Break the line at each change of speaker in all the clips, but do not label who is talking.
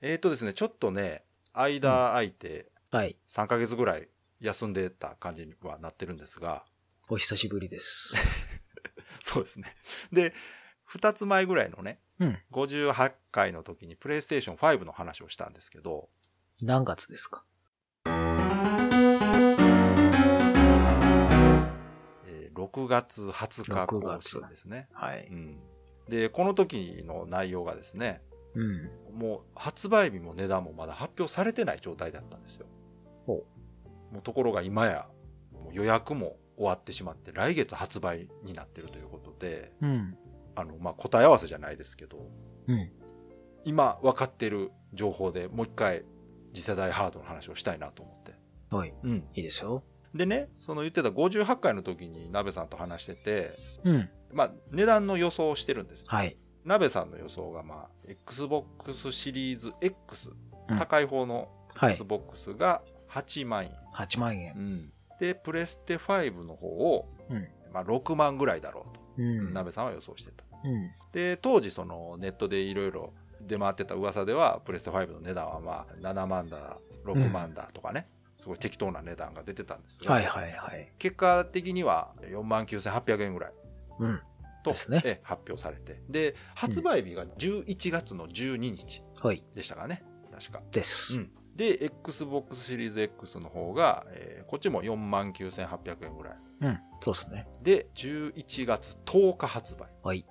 えっ、とですね、ちょっとね、間空いて
はい。
3ヶ月ぐらい休んでた感じにはなってるんですが、
お久しぶりです。
そうですね。で、2つ前ぐらいのね、
うん
58回の時にプレイステーション5の話をしたんですけど、
何月ですか
えー6月20日
6
更
月
新ですね。
は
う
い。
ん。で、この時の内容がですね、
うん。
もう発売日も値段もまだ発表されてない状態だったんですよ。
ほ
もうところが今やもう予約も終わってしまって来月発売になってるということで
うん。
あの、まあ、答え合わせじゃないですけど、
うん
今分かってる情報でもう一回次世代ハードの話をしたいなと思って。
はい。
うん、
いいですよ。
でねその言ってた58回の時に鍋さんと話してて、
うん。
まあ、値段の予想をしてるんです
はい。
鍋さんの予想が、まあ、XBOX シリーズ X、
うん
高い方の
はい。
XBOX が8万円、
8万円。
でプレステ5の方を、
うん
まあ、6万ぐらいだろう
う
と、
ん。
鍋さんは予想してた
うん。
で当時そのネットでいろいろ出回ってた噂ではプレステ5の値段はまあ7万だ6万だとかね、すごい適当な値段が出てたんですが、
はいはいはい。
結果的には4万9800円ぐらい
うん。
と、
ですね
ええ発表されてで発売日が11月の12日
はい。
でしたかね確か
で
う
す。
ん、で XBOX シリーズ X の方が、えーこっちも4万9800円ぐらい
うん。そうですね。
で11月10日発売
はい。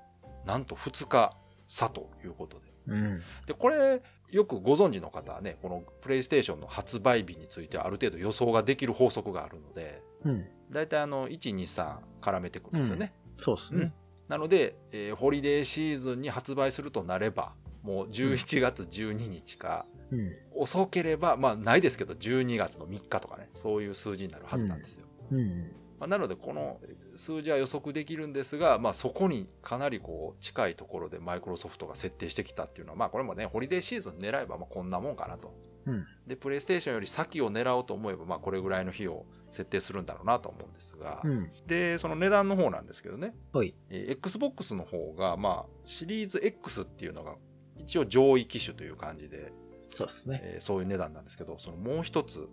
なんと2日差ということで
うん。
でこれよくご存知の方はねこのプレイステーションの発売日についてある程度予想ができる法則があるので
うん。
大体あの123絡めてくるんですよね、
そうですね。
なので、えーホリデーシーズンに発売するとなればもう11月12日か、
うん。
遅ければ、まあないですけど、12月の3日とかね、そういう数字になるはずなんですよ。
うん。
まあなので、この数字は予測できるんですが、まあ、そこにかなりこう近いところでマイクロソフトが設定してきたっていうのは、まあ、これもね、ホリデーシーズン狙えばまあこんなもんかなと。
うん
で、プレイステーションより先を狙おうと思えば、まあ、これぐらいの費用を設定するんだろうなと思うんですが、
うん。
で、その値段の方なんですけどね、
はい。
えー XBOX の方が、まあ、シリーズ X っていうのが、一応上位機種という感じで、
そうですね。
えーそういう値段なんですけど、そのもう一つ、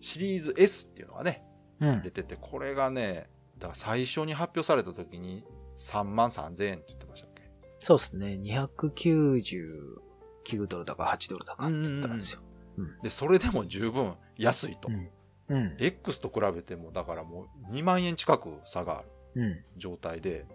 シリーズ S っていうのがね、
うん
出。てて、これがね、だから最初に発表された時に3万3000円って言ってましたっけ
そうですね。299ドルだか8ドルだかって言ってたんですよ。
で、それでも十分安いと。
うんうん。
X と比べても、だからもう2万円近く差がある
うん。
状態で、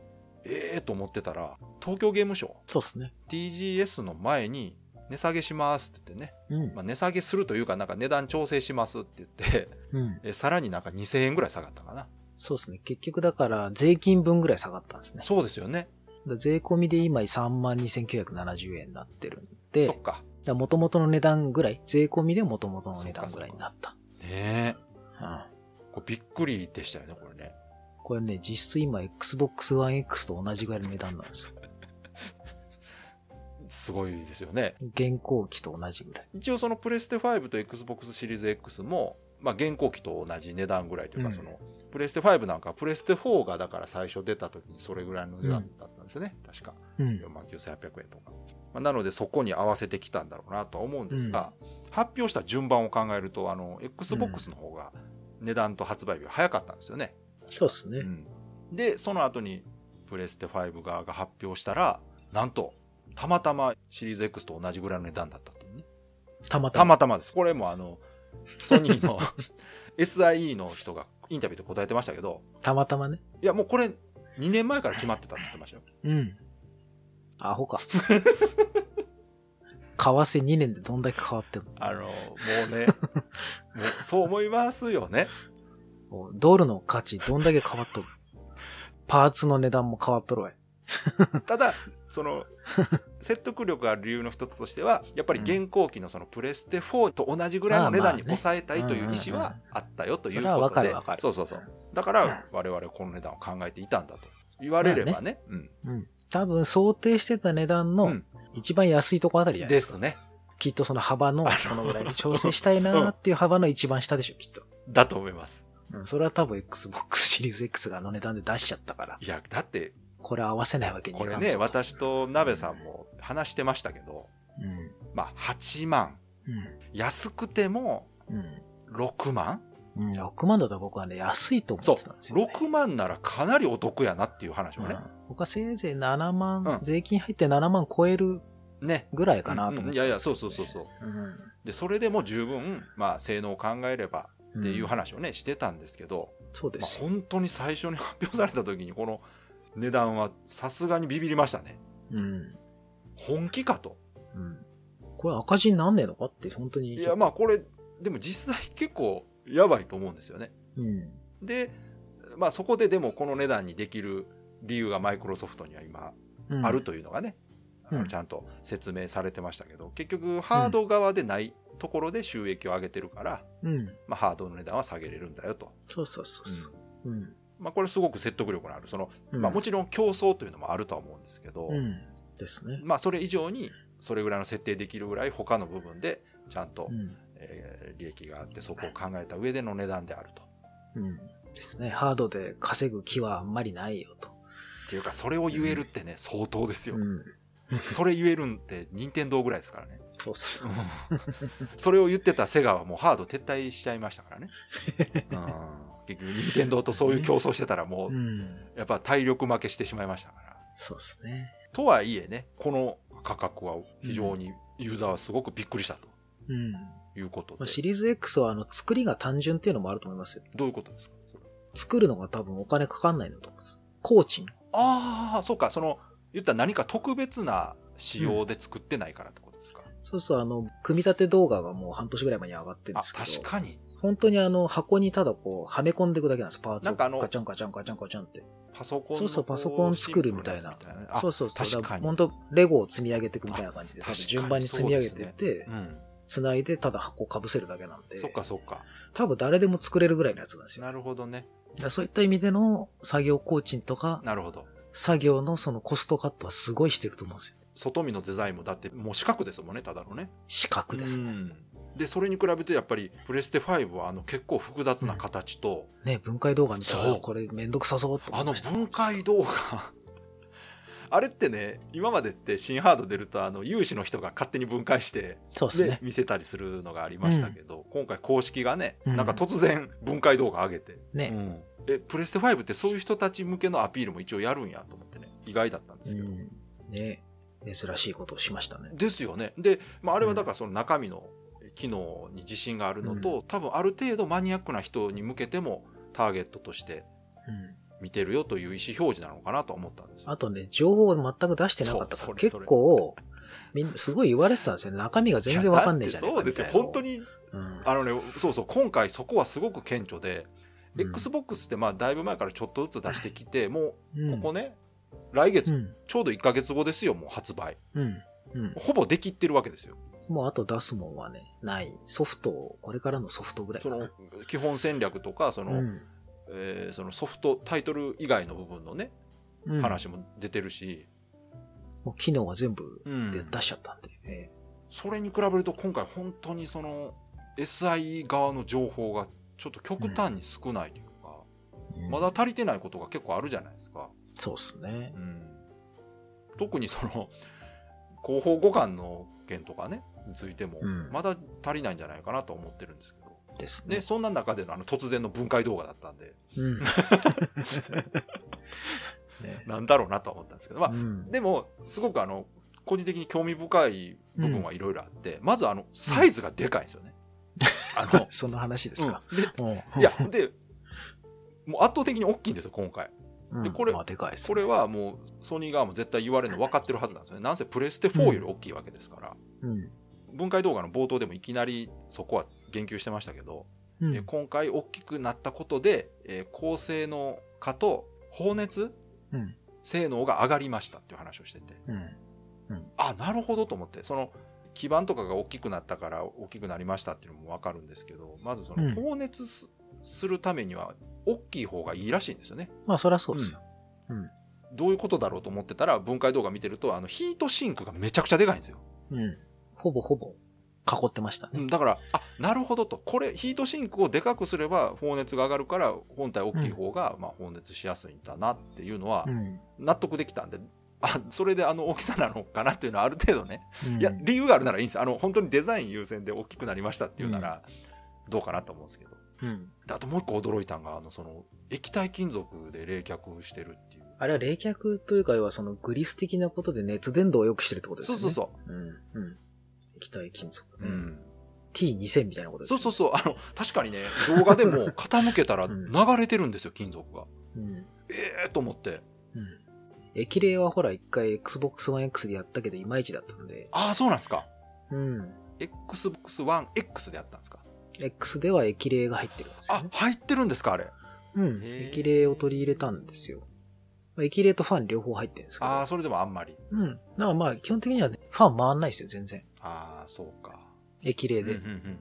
ええー、と思ってたら、東京ゲームショウ、
そうですね。
TGS の前に、値下げしますって言ってね、
うん。
まあ、値下げするというか、なんか値段調整しますって言って、
うん。
えさらになんか2000円ぐらい下がったかな。
そうですね。結局だから、税金分ぐらい下がったんですね。
そうですよね。
だから税込みで今32,970円になってるん
そ
で
っ、か。
もともとの値段ぐらい、税込みでもともとの値段ぐらいになった。
ねえ。
うん。
これびっくりでしたよね、これね。
これね、実質今 Xbox One X と同じぐらいの値段なんですよ。
すごいですよね。
現行機と同じぐらい。
一応そのプレステ5と Xbox シリーズ X も、まあ、現行機と同じ値段ぐらいというか、
うん
そのプレステ5なんかプレステ4がだから最初出た時にそれぐらいの値段だったんですよね、確か
うん
4。万9800円とか、まあ、なのでそこに合わせてきたんだろうなとは思うんですが、発表した順番を考えるとあの XBOX の方が値段と発売日が早かったんですよね、
そうですね。
でその後にプレステ5側が発表したらなんとたまたまシリーズ X と同じぐらいの値段だったというね
たまた
た
ま。
またまですこれもあのソニーの SIE の人がインタビューで答えてましたけど
たまたまね。
いやもうこれ2年前から決まってたって言ってましたよ
うん。アホか。 為替2年でどんだけ変わってんの
あのもう ねもうそう思いますよね
もうドルの価値どんだけ変わっとるパーツの値段も変わっとるわい。
ただその説得力がある理由の一つとしてはやっぱり現行機のそのプレステ4と同じぐらいの値段に
まあまあね
抑えたいという意思はあったよという
それは
こ
わ
と
か
で
るわかる
そうそうそうだから我々この値段を考えていたんだと言われればね,、
うん。多分想定してた値段
う
の
ん
一番安いとこあたりじ
うん、
ゃないで
です
か。
すね
きっとその幅の
あの
このぐらいで調整したいなーっていう幅の一番下でしょ、きっと。
だと思います
うん、それは多分 Xbox シリーズ X があの値段で出しちゃったから、
いやだって
これ合わせないわけにい
こ
かん
れ
ぞ
ね私と鍋さんも話してましたけど
うん。
まあ、8万安くても
うん。
6万
うん。6万だと僕はね、安いと思
そう
ってたんですよ、ね。
6万ならかなりお得やなっていう話をね
う、ん僕はせいぜい7万、
うん
税金入って7万超える
ね
ぐらいかなと
う
思っ
んうん
て
い
た
やいやそうそうそうそう
う
でそれでも十分、まあ、性能を考えれば
ん。
っていう
話。
話をね、してたんですけど、
そうで
まあ、
すよ。
本当に最初に発表された時にこの値段はさすがにビビりましたね
うん。
本気かと
うん。これ赤字になんねえのかって、本当に。
いやまあこれでも実際結構やばいと思うんですよね
うん。
で、まあ、そこででもこの値段にできる理由がマイクロソフトには今
うん
ある。というのがね、あの
うん
ちゃんと説明されてましたけど結局ハード側でないところで収益を上げてるから、
うん。
まあ、ハードの値段は下げれるんだよと、
そうそうそうそう。うん。
まあ、これすごく説得力のあるその、
うん
まあ、もちろん競争というのもあるとは思うんですけど、
うん。ですね。
まあ、それ以上にそれぐらいの設定できるぐらい他の部分でちゃんと、
うん。
えー利益があってそこを考えた上での値段であると。
うん。ですね。ハードで稼ぐ気はあんまりないよと。
っていうかそれを言えるってね、相当ですよ、
うん。
それ言えるんって任天堂ぐらいですからね
そうっすね。
それを言ってたセガはもうハード撤退しちゃいました からね、うん、結局任天堂とそういう競争してたらも
うん。
うやっぱ体力負けしてしまいましたから
そうですね。
とはいえねこの価格は非常にユーザーはすごくびっくりしたと
うん。
いうことで、
まあ、シリーズ X は、あの、作りが単純っていうのもあると思いますよ。
どういうことですかそれ
作るのが多分お金かかんないんだと思います。工賃。
ああそうかその言ったら何か特別な仕様で作ってないからってことですか、
そうそう、あの、組み立て動画がもう半年ぐらい前に上がってるん
あ
ですけど。
確かに
本当にあの、箱にただこう、はめ込んでいくだけなんです。パーツ
な
を
んかあの
ガチャンガチャンガチャンガチャンって。
パソコンの
そうそう、パソコン作るみたいな
シンプルやつみたいな。あ
そうそうそう。
確かに
だら本当レゴを積み上げていくみたいな感じで、
あ
多分
確かに
順番に積み上げていっ
そうで
て
う、ん、
繋いでただ箱を被せるだけなんで。
そっかそっか
多分誰でも作れるぐらいのやつなんですよ。
なるほどね
だからそういった意味での作業工賃とか、
なるほど
作業のそのコストカットはすごいしてると思うんですよ。
外見のデザインもだってもう四角ですもんねただのね
四角です
う
ね。
んでそれに比べてやっぱりプレステ5はあの結構複雑な形と、
ね、分解動画見たら、
そう
これめんどくさそうと思
あ
い
の
ました。
分解動画 あれってね今までって新ハード出るとあの有志の人が勝手に分解して
そうです
で
ね。
見せたりするのがありましたけど、今回公式がね、
うん
なんか突然分解動画上げて、
ね。
うんえプレステ5ってそういう人たち向けのアピールも一応やるんやと思ってね意外だったんですけど、
うんね珍しいことをしましたね。
ですよねで、まあ、あれはだからその中身の機能に自信があるのと、多分ある程度マニアックな人に向けてもターゲットとして見てるよという意思表示なのかなと思ったんですよ
あとね、情報を全く出してなかったか
そうそ
ら、
れ
結構、みんな、すごい言われてたんですよね。中身が全然わかんないじゃない
い
か
やだってそうですよ本当。に
みたいなうん
あのねそうそう今回そこはすごく顕著で、
うん
XBOX ってまあだいぶ前からちょっとずつ出してきても
う。
うんここね、来
う
月
ん。
ちょうど1ヶ月後ですよもう発売
うん。うん。
ほぼできってるわけですよ
もうあと出すもんはね、ない。ソフトを、これからのソフトぐらい
そ
か
の
な。
基本戦略とかその、
うん
えーそのソフトタイトル以外の部分のね
うん
話も出てるし、
もう機能は全部
うん
で出しちゃったんで、ね
それに比べると今回本当にその SI 側の情報がちょっと極端に少ないというか、
うん
まだ足りてないことが結構あるじゃないですか、
そうっすね
う。ん特にその 広報互換の件とかねについても
うん
まだ足りないんじゃないかなと思ってるんですけど、
です
ね
ね。
そんな中でのあの突然の分解動画だったんで
うん ね
なんだろうなとは思ったんですけど、まあ
うん
でもすごくあの個人的に興味深い部分はいろいろあって、まずあのサイズがでかいんですよね。あの
その話 ですか。
うんで
うん
いや、でもう圧倒的に大きいんですよ今回
うん
でこれ
まあ、でかいです
こ
ね。
れはもうソニー側も絶対言われるの分かってるはずなんですよねなんせプレステ4より大きいわけですから、
うん
分解動画の冒頭でもいきなりそこは言及してましたけど、
うん
え今回大きくなったことで、えー高性能化と放熱
うん
性能が上がりましたっていう話をしてて
うん
あなるほどと思ってその基板とかが大きくなったから大きくなりましたっていうのも分かるんですけどまずそ
うん
の放熱す,、るためには大きい方がいいらしいんですよね
まあ、そりゃそうですよ。うん。
どういうことだろうと思ってたら分解動画見てるとあのヒートシンクがめちゃくちゃでかいんですよ、
うん。ほぼほぼ囲ってました
う
ね。
ん、だからあなるほどとこれヒートシンクをでかくすれば放熱が上がるから本体大きい方がまあ放熱しやすいんだなっていうのは
うん。
納得できたんであそれであの大きさなのかなっていうのはある程度ね、
うん
いや理由があるならいいんですあの本当にデザイン優先で大きくなりましたっていうならどうかなと思うんですけど
うん。
であともう一個驚いたのがあのその液体金属で冷却してるっていう
あれは冷却というか、要はそのグリス的なことで熱伝導を良くしてるってことです
そ
よ
う
ね。。
そうそう
うん。うん。液体金属。
う、うん、
T2000 みたいなことです、
そうそう
そ
そうあの確かにね動画でも傾けたら
うん
流れてるんですよ金属が
う。うん。
ええー、と思って
うん。液冷はほら、一回 Xbox One X でやったけど、いまいちだったので。
ああそうなんですか
うん。
XBOX1X でやったんですか
X では液冷が入ってるんですよ、
あ
ね。
入ってるんですかあれ
うん。
へー
液冷を取り入れたんですよ。まあ液冷とファン両方入ってるんですけど。
ああそれでもあんまり
うん。だからまあ、基本的にはね、ファン回んないですよ、全然。
ああそうか
液冷
うんうん
で。
うんうん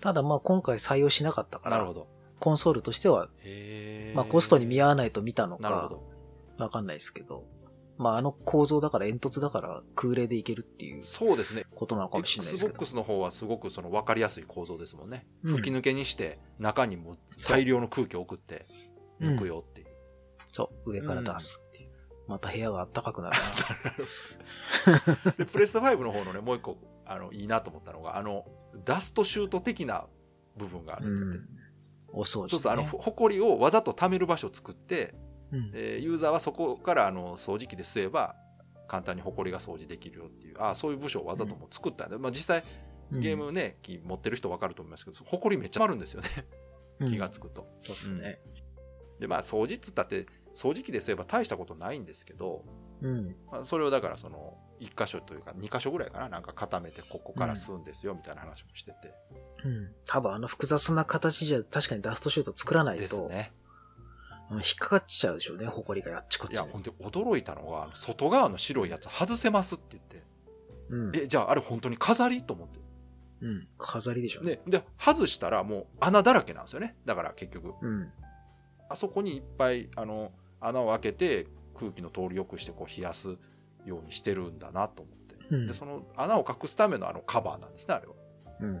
ただまあ、今回採用しなかった
う
か
んな
ら、
るほど
コンソールとしては、
へえ
まあ、コストに見合わないと見たの
なるほ
か、
ど
わかんないですけど、まあ、あの構造だから煙突だから空冷でいけるっていう
そうですね
ことなのかもしれないですけど。
Xbox の方はすごくその分かりやすい構造ですもんね、
うん
吹き抜けにして中にもう大量の空気を送って抜くよっていう、
そう、上から出すっていう。また部屋が暖かくなるな。
でプレステ5の方のねもう一個あのいいなと思ったのがあのダストシュート的な部分があるんですって、
うんお掃除、ね。
そうそうあのほほこりをわざと溜める場所を作って、
うん
えーユーザーはそこからあの掃除機で吸えば簡単にほこりが掃除できるよっていうあーそういう部署をわざともう作ったんで、まあ、実際ゲームね、機持ってる人分かると思いますけどほこりめっちゃあるんですよね
うん
気がつくと。
そうですね。
でまあ掃除っつったって掃除機ですれば大したことないんですけど、
うん。
まあ、それをだからその1箇所というか2箇所ぐらいかななんか固めてここから吸うんですよみたいな話もしてて、
うん。多分あの複雑な形じゃ確かにダストシュート作らない
です
と、
ね
うん引っかかっちゃうでしょうね、埃がやっちこっ
い
ち
や
に
ほんで驚いたのがあの外側の白いやつ外せますって言って、
うん。
えじゃああれ本当に飾りと思って、
うん。飾りでしょうね。
ね、で外したらもう穴だらけなんですよねだから結局
うん。
あそこにいっぱいあの穴を開けて空気の通りよくしてこう冷やすようにしてるんだなと思って、
うん
でその穴を隠すためのあのカバーなんですねあれは。
うん。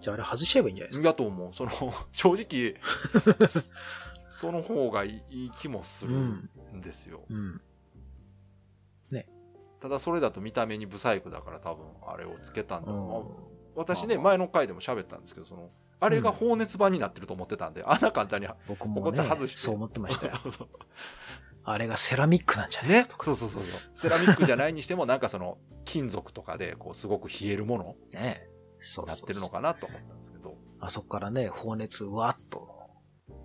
じゃああれ外しちゃえばいいんじゃないですか。
だと思う。その、 正 直、その方がいい気もするんですよ。
うん。
ただそれだと見た目に不細工だから多分あれをつけたんだろうな
うん
私ね、
まあ
前の回でも喋ったんですけど、その、あれが放熱板になってると思ってたんで、あんな簡単に。
僕も
ここっ
ね
て外、して
そう思って ましたよ。
そうそう
あれがセラミックなんじゃない
ね。そうそうそうそう。セラミックじゃないにしても、なんかその、金属とかで、こう、すごく冷えるもの
ね。そう
になっ
そう
てる
そ
の
う
かなと思ったんですけど、
あそこからね、放熱うわっと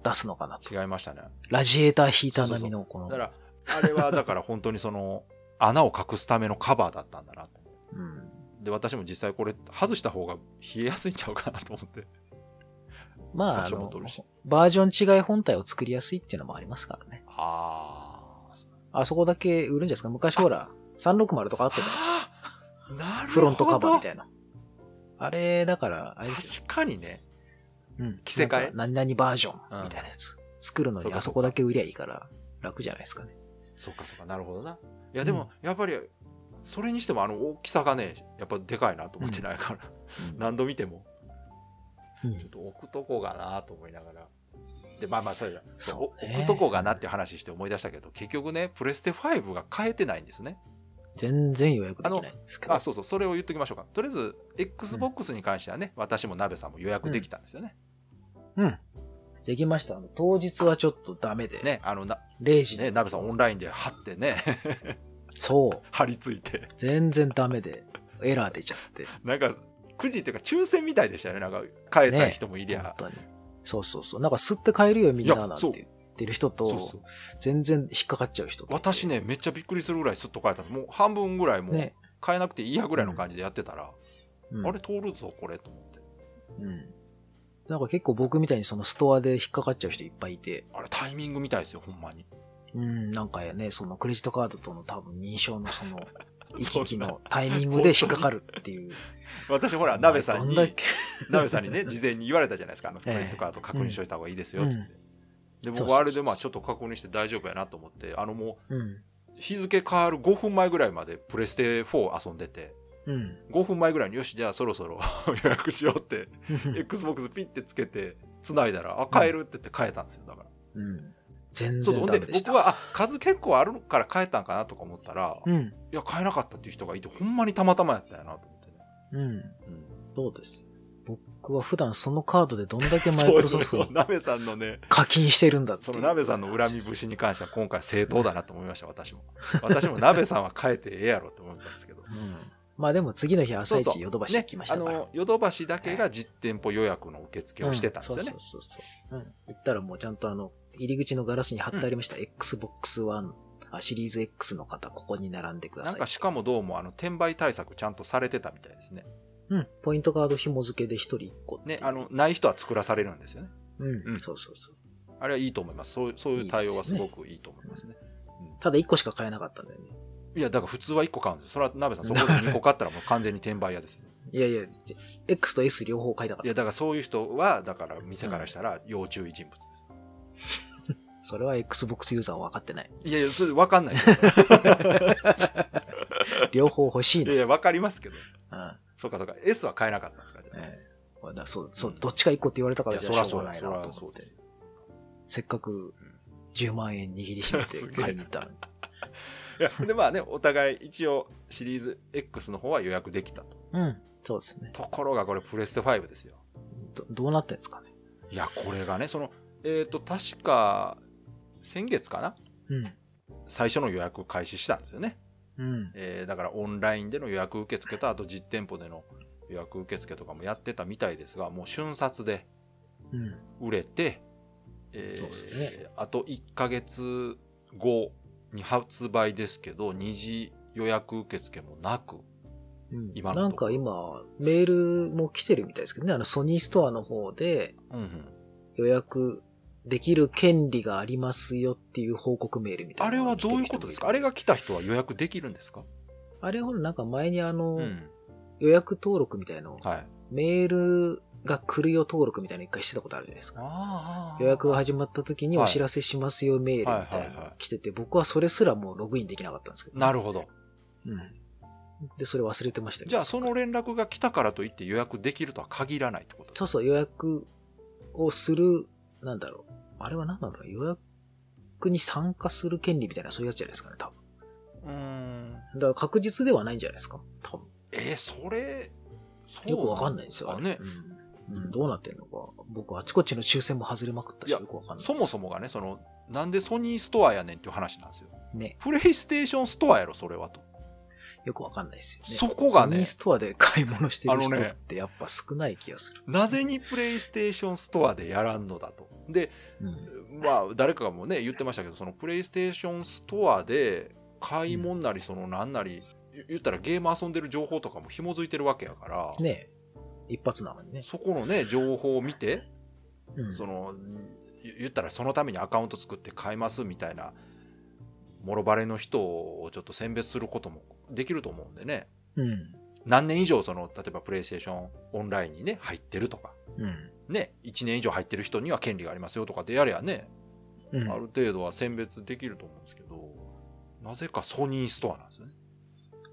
出すのかなと。
違いましたね。
ラジエーターヒーター並みのこの。
だから、あれはだから本当にその、穴を隠すためのカバーだったんだなと。
うん。
で私も実際これ外した方が冷えやすいんちゃうかなと思って
まあ、あ
場所も
の
取るし、
バージョン違い本体を作りやすいっていうのもありますからね。
あ
あそこだけ売るんじゃないですか昔ほら、360とかあったじゃないですか。
あなるほど
フロントカバーみたいな。あれ、だから、あれですよ。
確かにね
うん
着せ替え
なんか何々バージョンみたいなやつ。作るの
そう
に
か
あそこだけ売りゃいいから、楽じゃないですかね。
そっかそっかなるほどないやでもやっぱりそれにしてもあの大きさがねやっぱでかいなと思ってないから、何度見ても
うん
ちょっと置くとこがなと思いながらでまあまあそれだ
そうね
置くとこがなって話して思い出したけど結局ねプレステ5が変えてないんですね
全然予約できないんですけど。
あそうそうそれを言っときましょうかとりあえず XBOX に関してはね、私も鍋さんも予約できたんですよね、
できました。あの当日はちょっとダメで。
ねあのな
0時
ね、
ね。
ナベさんオンラインで貼ってね、
そう。
貼り付いて、
全然ダメで。エラー出ちゃって。
なんか、くじっていうか、抽選みたいでしたよね、なんか、変えたい人もいり
本
ゃ、
当に。そうそうそう。なんか吸って帰るよみん
いや
ななん
そ
て
う
言ってる人
そうそ
と
う、
全然引っかかっちゃう人といて
私。ね、めっちゃびっくりするぐらいすっと変えたんです、もう半分ぐらいもう
ね。
変えなくていいやぐらいの感じでやってたら、
うん
あれ、通るぞ、これと思って、
うん。なんか結構僕みたいにそのストアで引っかかっちゃう人いっぱいいて、
あれ、タイミングみたいですよ、ほんまに。
うん、なんかね、そのクレジットカードとの多分認証のその 行
そう
き来のタイミングで引っかかるっていう。
私、ほら、ナベさんに
ど、だけ
ナベさんにね、事前に言われたじゃないですか、あのク
ええ
レジットカード確認しといた方がいいですよっつって。で
そうそう
僕
そう
はあれでまあちょっと確認して大丈夫やなと思ってあのも
うん。
う日付変わる5分前ぐらいまでプレステ4遊んでて、
うん。
5分前ぐらいによしじゃあそろそろ 予約しようって XBOX ピッてつけて繋いだらあ変えるって言って変えたんですよだから
うん。全
そうそ
然
う
ダ
で
メでし
僕
た。
はあ数結構あるから変えたんかなとか思ったら、
う
い
ん。
や変えなかったっていう人がいてほんまにたまたまやったんやなと思ってね、
うん。
うん
そうです。僕は普段そのカードでどんだけマイ
そう
ク
で
ロ
す
ソ
ね
フトに
なべさんのね、
課金してるんだってい。
そうのなべさんの恨み節に関しては今回正当だなと思いました、私も。私もなべさんは変えてええやろと思ったんです けど。
うん。まあでも次の日朝
そうそ
一
う
ヨドバシ
ね
行きま、し
あ
たから。
の、ヨドバシだけが実店舗予約の受付をしてたんですよね。
うそうそうそう。うん。行ったらもうちゃんとあの、入り口のガラスに貼ってありました、Xbox One、あ、シリーズ X の方、ここに並んでくだ
なん
さい。
かしかもどうもあの転売対策ちゃんとされてたみたいですね。
うん。ポイントカード紐付けで一人一個ってい
ね
う、
あ、の、ない人は作らされるんですよね。
うん。
うん
そうそうそう。
あれはいいと思います。そうそういう対応はすごくいいと思いますね。
ただ一個しか買えなかったんだよね。
いや、だから普通は1個買うんですよ。それは、なべさん、そこで2個買ったらもう完全に転売屋ですよ。
いやいや、じ X と S 両方買いたか
い
っ
や、だからそういう人は、だから店からしたら要注意人物です。
た。それは Xbox ユーザーは分かってない。
いやいや、それ分かんないですよ。
両方欲しい
い
の。
やいや、分かりますけど。
うん。
そうかそうか。S は買えなかったんですかじゃあ
ええまあだそう、そう、どっちか一個って言われたか
い
ら
や、
じ
そ
ゃ
ら
あしょ
そうう
が
だ、
ない
そ
なと
ら
思
そ
っ
う
て
です。。
せっかく10万円握りしめて
すげえ
買いに行ったのに。
いや、で、ま あね、お互い一応シリーズ X の方は予約できたと。
うん。そうですね。
ところがこれプレステ5ですよ。
ど、どうなったんですかね。
いや、これがね、その、えっ、と、確か、先月かな
うん。
最初の予約開始したんですよね。
うん。
えーだからオンラインでの予約受付と、あと実店舗での予約受付とかもやってたみたいですが、もう瞬殺で
うん。
売れて、えー
そうです
あと1ヶ月後に発売ですけど、二次予約受付もなく、
うん、
今のとこ
なんか今、メールも来てるみたいですけどね、あのソニーストアの方で
うんうん
予約できる権利がありますよっていう報告メールみた
あ
いな
れ
の
は
が来て
ど
る
ういう
人もる
ことですかあれが来た人は予約できるんですか
あれほらなんか前にあの、
うん。
予約登録みたいの、
はい。
メールが来るよ登録みたいなの一回してたことあるじゃないですか。
あ
予約が始まった時に
は
お
い
知らせしますよメールみたい
はいは
ないの
はい
来てて、僕はそれすらもうログインできなかったんですけど。
なるほど。
うん。で、それ忘れてましたけど
じゃあ、その連絡が来たからといって予約できるとは限らないってことです
そう
か
そう、予約をする、なんだろう。あれは何なんだろう。予約に参加する権利みたいな、そういうやつじゃないですかね、多分。
うーん。
だから確実ではないんじゃないですか、多分。
えーそれ、
よくわかんないんですよ。
あ
あれ
ね。
うん。うんどうなってんのか。僕、あちこちの抽選も外れまくったし、
いや
よくわかんない。
そもそもがね、その、なんでソニーストアやねんっていう話なんですよ。
も。ね。
プレイステーションストアやろ、それはと。
よくわかんないですよね。
そこがね
ソニーストアで買い物してる人
あの
っ
ね
てやっぱ少ない気がする。
なぜにプレイステーションストアでやらんのだと。で、
うん。
まあ、誰かがもうね、言ってましたけど、そのプレイステーションストアで、買い物なり、その、なんなり、言言ったらゲーム遊んでる情報とかも紐づいてるわけやから、
ね一発なのにね。
そこのね、情報を見て、
うん。
そのゆ言ったらそのためにアカウント作って買いますみたいな諸バレの人をちょっと選別することもできると思うんでね
うん。
何年以上その例えばプレイステーションオンラインにね入ってるとか
うん。
ね1年以上入ってる人には権利がありますよとかでやりゃね、
うん
ある程度は選別できると思うんですけどなぜかソニーストアなんですね、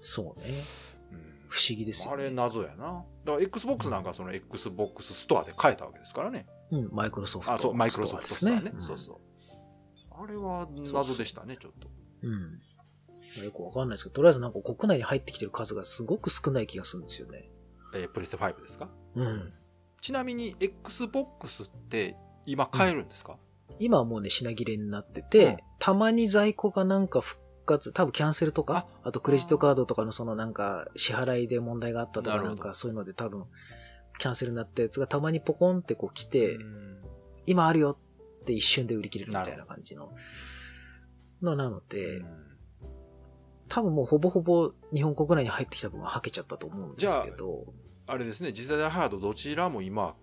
そうね。
うん
不思議ですよ、ね。
あれ謎やなだから XBOX なんかはその XBOX ストアで買えたわけですからね
うん、マイクロソフト。
あそうマイクロソフトストアね
うん
そうそうあれは謎でしたねちょっと
うん。よくわかんないですけど、とりあえずなんか国内に入ってきてる数がすごく少ない気がするんですよね。
えープレステ5ですか
うん。
ちなみに XBOX って今買えるんですか、
今はもうね、品切れになってて、
うん
たまに在庫がなんか復活、多分キャンセルとか、あとクレジットカードとかのそのなんか支払いで問題があった
な
とか
るほど
なんかそういうので多分キャンセルになったやつがたまにポコンってこう来て、
うん
今あるよって一瞬で売り切れるみたいな感じの、のなので、多分もうほぼほぼ日本国内に入ってきた分ははけちゃったと思うんですけど、
あれですね次世代ハードどちらも今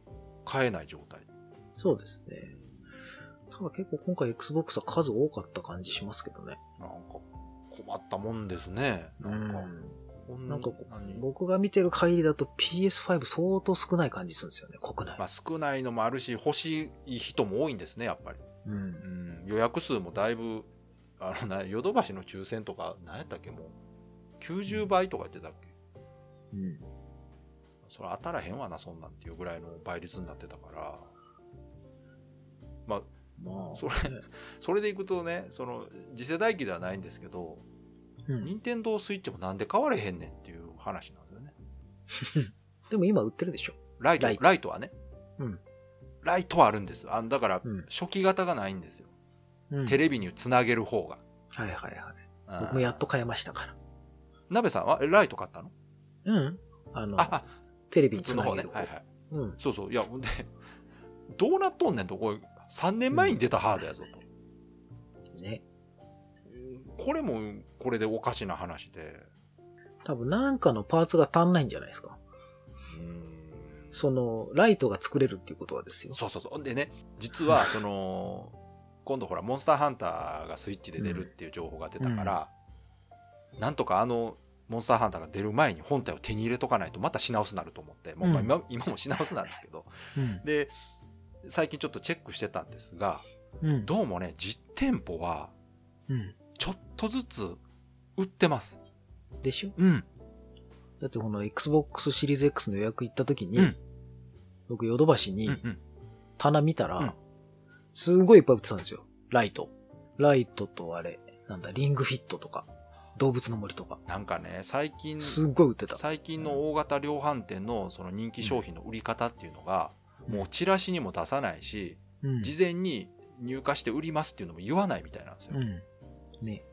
買えない状態
そうですね。ただ結構今回 Xbox は数多かった感じしますけどね。
なんか困ったもんですねなんか、こん
なんかこ
なに
僕が見てる限りだと PS5 相当少ない感じするんですよね、国内。
まあ、少ないのもあるし欲しい人も多いんですねやっぱり、
うん
う。ん、予約数もだいぶあのなヨドバシの抽選とか何やったっけもう90倍とか言ってたっけ
うん
それ当たらへんわな、そんなんっていうぐらいの倍率になってたから、まあ、
まあ、
それそれでいくとねその次世代機ではないんですけど
うん、
任天堂スイッチもなんで買われへんねんっていう話なんですよね
でも今売ってるでしょ。
ライト
ラ
ラ
イ
イト
ト
はね、
うん
ライトはあるんですあのだから
うん
初期型がないんですよ、
うん
テレビにつなげる方が、
はいはいはい。
うん
僕もやっと買えましたから。
鍋さんはえライト買ったの
うん。あの、
ああ
テレ
普
ビにつ
通の
な
方ね
げる、
はいはい、
うん。
そうそういやほんでどうなっとんねんとこれ3年前に出たハードやぞと、
ね。
これもこれでおかしな話で
多分なんかのパーツが足んないんじゃないですか。
うん
その、ライトが作れるっていうことはですよ。
そうそうそう。でね、実は、その、今度ほら、モンスターハンターがスイッチで出るっていう情報が出たから、なんとかあの、モンスターハンターが出る前に本体を手に入れとかないとまた品薄になると思って、もうまあ
うん
今今も品薄なんですけど、
うん。
で、最近ちょっとチェックしてたんですが、
うん。
どうもね、実店舗は
うん。
ちょっとずつ売ってます。
でしょ
うん。
だってこの Xbox シリーズ X の予約行った時に、
うん
僕ヨドバシ
う
に
んうん。
棚見たら、
うん
すごいいっぱい売ってたんですよ。ライト。ライトとあれ、なんだ、リングフィットとか、動物の森とか、
なんかね、最近、
すっごい売ってた。
最近の大型量販店のその人気商品の売り方っていうのが、
うん
もうチラシにも出さないし、
うん。
事前に入荷して売りますっていうのも言わないみたいなんですよ。
うん。ね。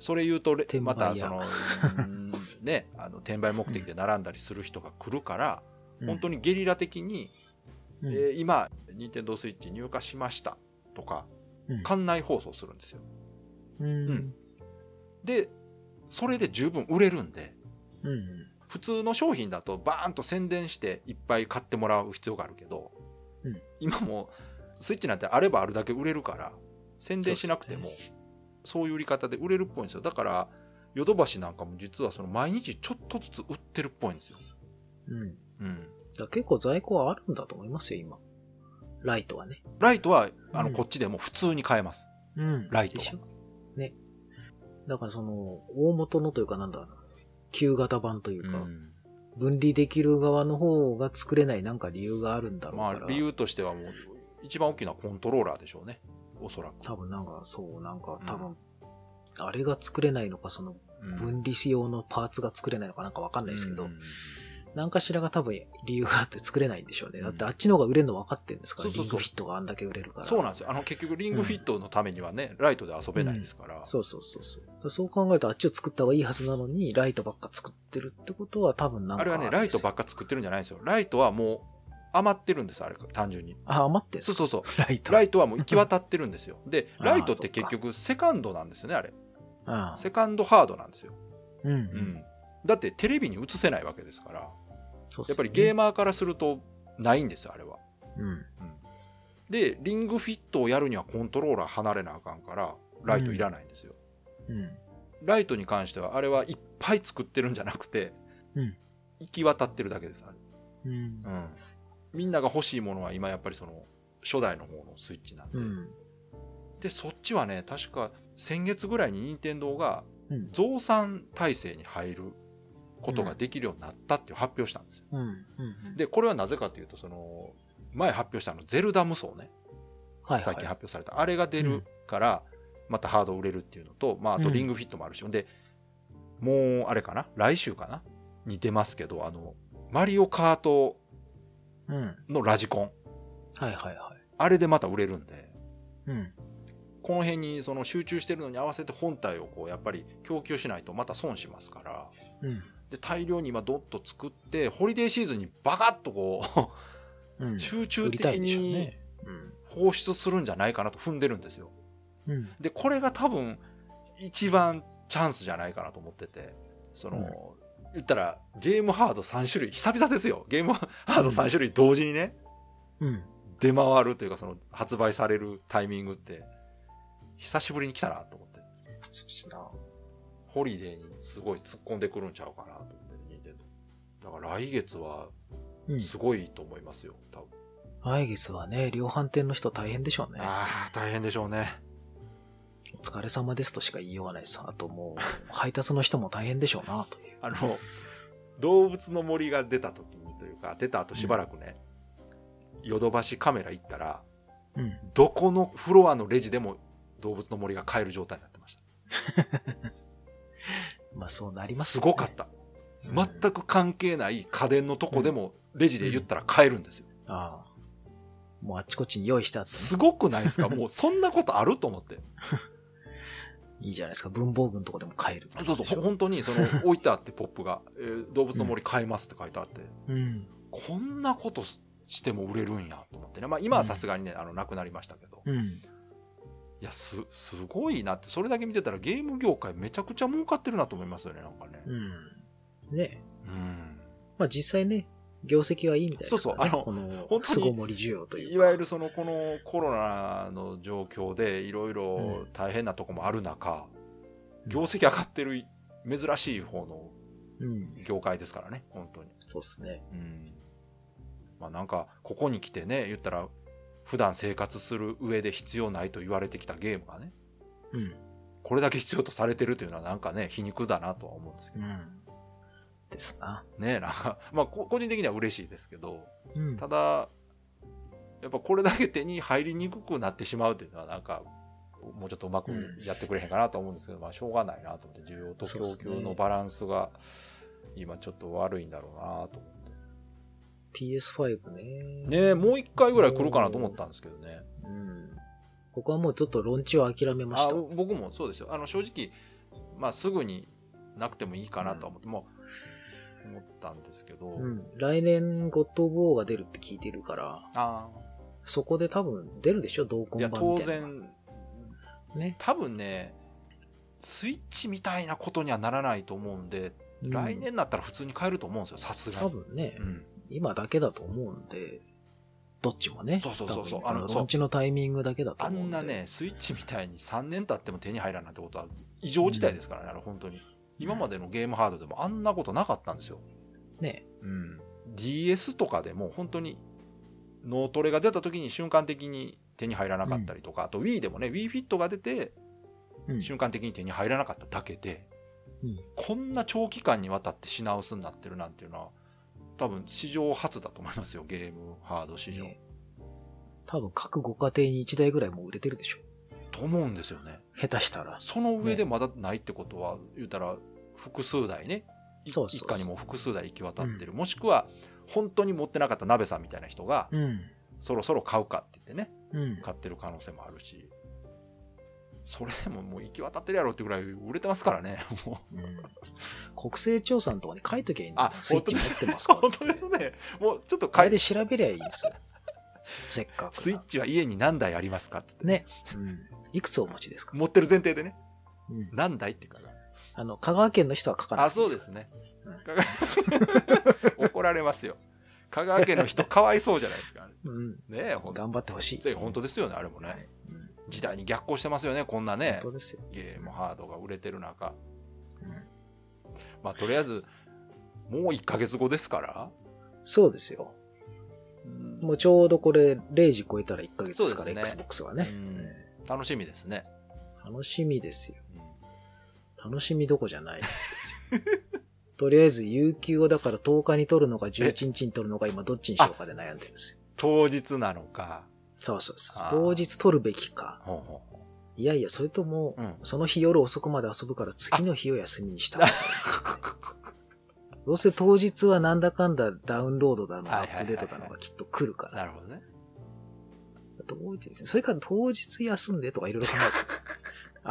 それ言うとれ
転売
ま
屋
たその、う ーんね、あの転売目的で並んだりする人が来るから、本当
に、
にゲリラ的に、
うん
えー今、任天堂スイッチ入荷しましたとか、
うん
館内放送するんですよ。
うん。
で、それで十分売れるんで、
うん。
普通の商品だとバーンと宣伝していっぱい買ってもらう必要があるけど、
うん
今もうスイッチなんてあればあるだけ売れるから宣伝しなくてもそういう売り方で売れるっぽいんですよだからヨドバシなんかも実はその毎日ちょっとずつ売ってるっぽいんですよ、
うん。だ
うん、
から結構在庫はあるんだと思いますよ、今。ライトはね。
ライトはあ
う
の
ん
こっちでも普通に買えます、
うん
ライトは
でしょね。だからその、大元のというかなんだろうな、旧型版というか、分離できる側の方が作れないなんか理由があるんだろう
ま
から。
あ理由としてはもう一番大きなコントローラーでしょうねおそらく、
多分なんか、そう、なんか
うん
多分、あれが作れないのか、その
うん
分離仕様のパーツが作れないのかなんかわかんないですけど、
うん
何かしらが多分理由があって作れないんでしょうね。
うん
だってあっちの方が売れるの分かってるんですか
そ
ら、
うそうそう
リングフィットがあんだけ売れるから。
そうなんですよあの結局リングフィットのためにはね、ライトで遊べないですから、
そうそうそうそう。だからそう考えるとあっちを作った方がいいはずなのに、ライトばっか作ってるってことは多分なんか
あれはね、ライトば
っか。
っか作ってるんじゃないんですよ。ライトはもう余ってるんです、あれ、単純に。
あ、余ってん
そう
すか
そうそう。
ライト。
ライトはもう行き渡ってるんですよ。 で、
あー
ライトって結局、セカンドなんですよね、あれ。
ああ
セカンドハードなんですよ。
うん。う。
うんん。だって、テレビに映せないわけですから、
そう
やっぱりゲー
ム。
マーからすると、ないんですよ、あれは。
うん。
で、リングフィットをやるにはコントローラー離れなあかんから、ライトいらないんですよ。
うん。
ライトに関しては、あれはいっぱい作ってるんじゃなくて、
うん
行き渡ってるだけです、あれ。
うん。
うん、みんなが欲しいものは今やっぱりその初代の方のスイッチなんで、
うん。
でそっちはね確か先月ぐらいに任天堂が
うん
増産体制に入ることができるようになったっていう発表したんですよ、
うん。うん。
でこれはなぜかというとその前発表したあのゼルダ無双ね
はいは
最近
い。
発表された、あれが出るからまたハード売れるっていうのと、まあ、あと
うん
リングフィットもあるし、でもうあれかな来週かなに出ますけどあのマリオカート
うん。
のラジコン
はいはいは
あれでまた売れるんで、
い。うん。
この辺にその集中してるのに合わせて本体をこうやっぱり供給しないとまた損しますから、
うん。
で、大量に今ドッと作って、ホリデーシーズンにバカッとこ
うん
う、。集中
売りたい
的
んでしょう
に
ね。うん。
放出するんじゃないかなと踏んでるんですよ。
うん。
で、これが多分一番チャンスじゃないかなと思ってて、その、
うん
言ったらゲームハード3種類、久々ですよ。ゲームハード3種類同時にね、
うん。
出回るというかその発売されるタイミングって、久しぶりに来たなと思って。
そうしな。
ホリデーにすごい突っ込んでくるんちゃうかなと思って、任天堂だから来月は
うん。
すごいと思いますよ、多分。
来月はね、量販店の人大変でしょうね。
ああ、大変でしょうね。
お疲れ様ですとしか言いようがないです。あともう、配達の人も大変でしょうな、という。
あの、動物の森が出た時にというか、出た後しばらくね、ヨドバシカメラ行ったら、
うん。
どこのフロアのレジでも動物の森が買える状態になってまし
まあそうなり
た。
ます
す
よ
ごかった。
うん
全く関係ない家電のとこでもレジで言ったら買えるんですよ。
ああ。もうあっちこっちに用意した
すごくないですかもうそんなことあると思って。
いいじゃないですか。文房具のとこでも買える。
そうそう、ほ本当にそ の置いてあってポップが、えー動物の森買えますって書いてあって、
うん。
こんなことししても売れるんやと思ってね。まあ今はさすがにね、あの、なくなりましたけど。
うん。
いや、す、すごいなって、それだけ見てたらゲーム業界めちゃくちゃ儲かってるなと思いますよね、なんかね。
うん。ね
うん。
まあ実際ね、業績はいいみたいですから、ね、
そうそう
こ
本当
の、
に
巣ごもり需要というか。
いわゆるそのこのコロナの状況でいろいろ大変なとこもある中、
うん
業績上がってる珍しい方の
うん。
業界ですからね、本当に。
そうですね。
うん。まあなんか、ここに来てね、言ったら、普段生活する上で必要ないと言われてきたゲームがね、
うん。
これだけ必要とされてるというのはなんかね、皮肉だなとは思うんですけ
う
ど、
ん。ですな。
ね、なんか、 まあこ個人的には嬉しいですけど、
うん。
ただ、やっぱこれだけ手に入りにくくなってしまうというのは、なんか、もうちょっとうまくやってくれへんかなと思うんですけど、まあ、しょうがないなと思って、需要と
そうっ
供
すね
給のバランスが、今ちょっと悪いんだろうなと思って。
PS5 ね。
ねえもう一回ぐらい来るかなと思ったんですけどね。
うん。ここはもうちょっと論調を諦めまし
あ
た。
僕もそうですよ。あの、正直、まあ、すぐになくてもいいかなとは思って、もう思ったんですけど、
うん。来年、ゴッド・オブ・ウォーが出るって聞いてるから、
あ
そこで多分出るでしょ同
あ、
梱
いや、
版みたいな。
当。然、
ね。
多分ね、スイッチみたいなことにはならないと思うんで、
うん
来年だったら普通に買えると思うんですよ、さすが
多
に。
分ね、
うん、
今だけだと思うんで、どっちもね。
そうそうそうそう
多分
あの
あの、
そう
どっちのタイミングだけだと
あ
思うん
ん
で。
なね、スイッチみたいに3年経っても手に入らんなんてことは異常事態ですからね、あれ本当に。今までのゲームハードでもあんなことなかったんですよ。
ね。
うん、DS とかでも本当に脳トレが出た時に瞬間的に手に入らなかったりとか、あと Wii でもね、WiiFit が出て
うん
瞬間的に手に入らなかっただけで、
うん
こんな長期間にわたって品薄になってるなんていうのは多分史上初だと思いますよゲームハード史上、
ね多分各ご家庭に1台ぐらいもう売れてるでしょ。
と思うんですよね
下手したら。
その上でまだないってことは、言うたら複数台ねい
そうそうそう
一家にも複数台行き渡ってる、もしくは本当に持ってなかった鍋さんみたいな人が、
うん。
そろそろ買うかって言ってね
うん。
買ってる可能性もあるしそれでももう行き渡ってるやろってぐらい売れてますからねもう
国勢調査のとこに書いときゃいいんだよ
あ
スイッチ持ってますか
本当ですねもうちょっと
あ
変
れ
え
で調べりゃいいん ですよ。せっかくな。
スイッチは家に何台ありますかっつって、
ね。うん。いくつお持ちですか、
持ってる前提でね
うん、
何台っていうから
あの、香川県の人は書かない
あそうですね
うん
香川怒られますよ香川県の人かわいそうじゃないですか
うん。
ねえほんと
頑張ってほしい。
つい本当ですよねあれも
はい
ね
うん
時代に逆行してますよねこんなね
本当ですよ。
ゲームハードが売れてる中
うん
まあとりあえずもう1ヶ月後ですから
そうですよ。もうちょうどこれ0時超えたら1ヶ月ですか
そ
ら、
うですね
Xbox はね
う。ん楽しみですね
楽しみですよ。
うん
楽しみどこじゃないんですよ。とりあえず、有給をだから10日に取るのか11日に取るのか今どっちにしようかで悩んでるんですよ。
当日なのか
そうそうそ
あ
う。
ー
当日取るべきか。
ほうほう
いやいや、それとも、
うん
その日夜遅くまで遊ぶから次の日を休みにした方 がいい。どうせ当日はなんだかんだダウンロードだの、
は
ア
いはいはいはい
ップデートだのがきっと来るから。
なるほどね
当日ですね。それから当日休んでとかいろいろ考えてる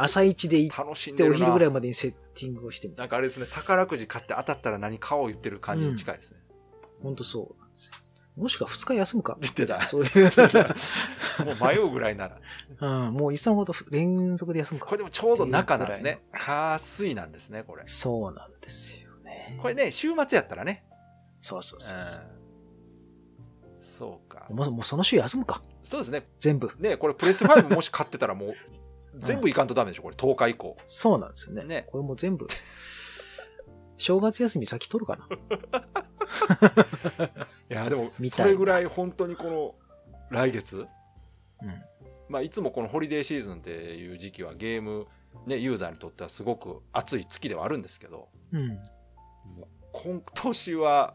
朝一で行っ
楽しん
て
で
お
るな
昼ぐらいまでにセッティングをしてみた
な
いな。
んかあれですね宝くじ買って当たったら何買おう言ってる感じに近いですね、
ほんとそうなんですよ。もしくは2日休むか。
言ってた
そういう。
もう迷うぐらいなら
うん、もういっそのこと連続で休むか
これ。でもちょうど中なんですね火水なんですねこれ
そうなんですよね。
これね週末やったらね
そうそうそうそう
うんそうか
もう。もうその週休むか。
そうですね
全部。
ねこれプレス5もし買ってたらもう全部いかんとダメでしょこれ10日以降
そうなんですよね。
ね
これもう全部。正月休み先取るかな。
いやでも
みた
そ
いな
れぐらい本当にこの来月
うん。
まあ、いつもこのホリデーシーズンっていう時期はゲーム、ね、ユーザーにとってはすごく熱い月ではあるんですけど
うん。
今年は、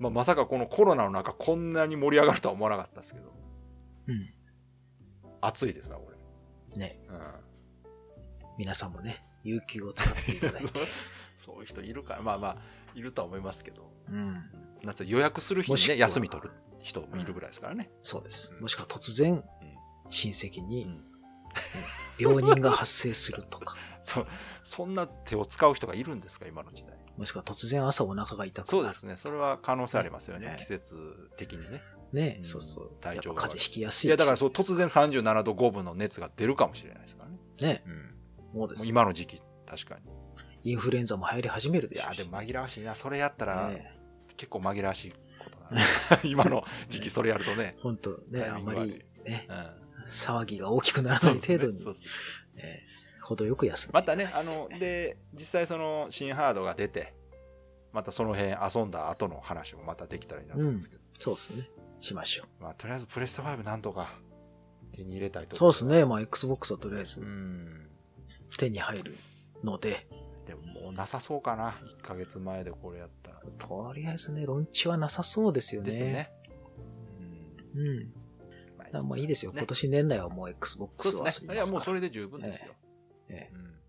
まあ、まさかこのコロナの中こんなに盛り上がるとは思わなかったですけど
うん。
熱いですな、これ。
ね。
うん。
皆さんもね、有給を使っていた だいて。
そういう人いるから、まあまあ、いるとは思いますけど。
うん。
なんつう予約する人
もし
に
くは
ね、休み取る人もいるぐらいですからね。
そうです
う。ん
もしくは突然
ん、
親戚に
うん
病人が発生するとか、
そそんな手を使う人がいるんですか、今の時代。
もしくは突然朝お腹が痛くなる。
そうですね。それは可能性ありますよね。
ね
季節的にね。
ね
う。ん
そうそう。
体調
やっ
が
ぱ風邪ひきやすい。
いや、だからそう、突。然37度5分の熱が出るかもしれないですからね。
ね。
うん。
もうで
も
す
う
よ。
今の時期、確かに。
インフルエンザも流行り始めるで
い
しょう
や、
し
でも紛らわしいな。それやったら、
ね
結構紛らわしいことだな。 今の時期、それやるとね。
本当ね、
タ
あ
イミ
ん
ング
ま
悪い
りね、
うん。
騒ぎが大きくならな
そう
い
ですね
程度に
そ、うそうそう
ね程よく休む。
またね、あの、で、実際その新ハードが出て、またその辺遊んだ後の話もまたできたらいいなと思うんですけど、
そうですね。しましょ
まあとりあえずプレステ5なんとか手に入れたいと
う。
思
そう
い
ですね。まあ、Xbox はとりあえ
う
ず
ん。
手に入るので、
でももうなさそうかな。1ヶ月前でこれやったら。
とりあえずね、論知はなさそうですよね。
ですね。
うん。
うん。
だからまあいいですよ。
ね
今年年内はも
そ
う
う
Xbox
で
は
す
遊
ね。
び
い
ま
や、
す
もう
から。
それで十分ですよ。
ええ
うん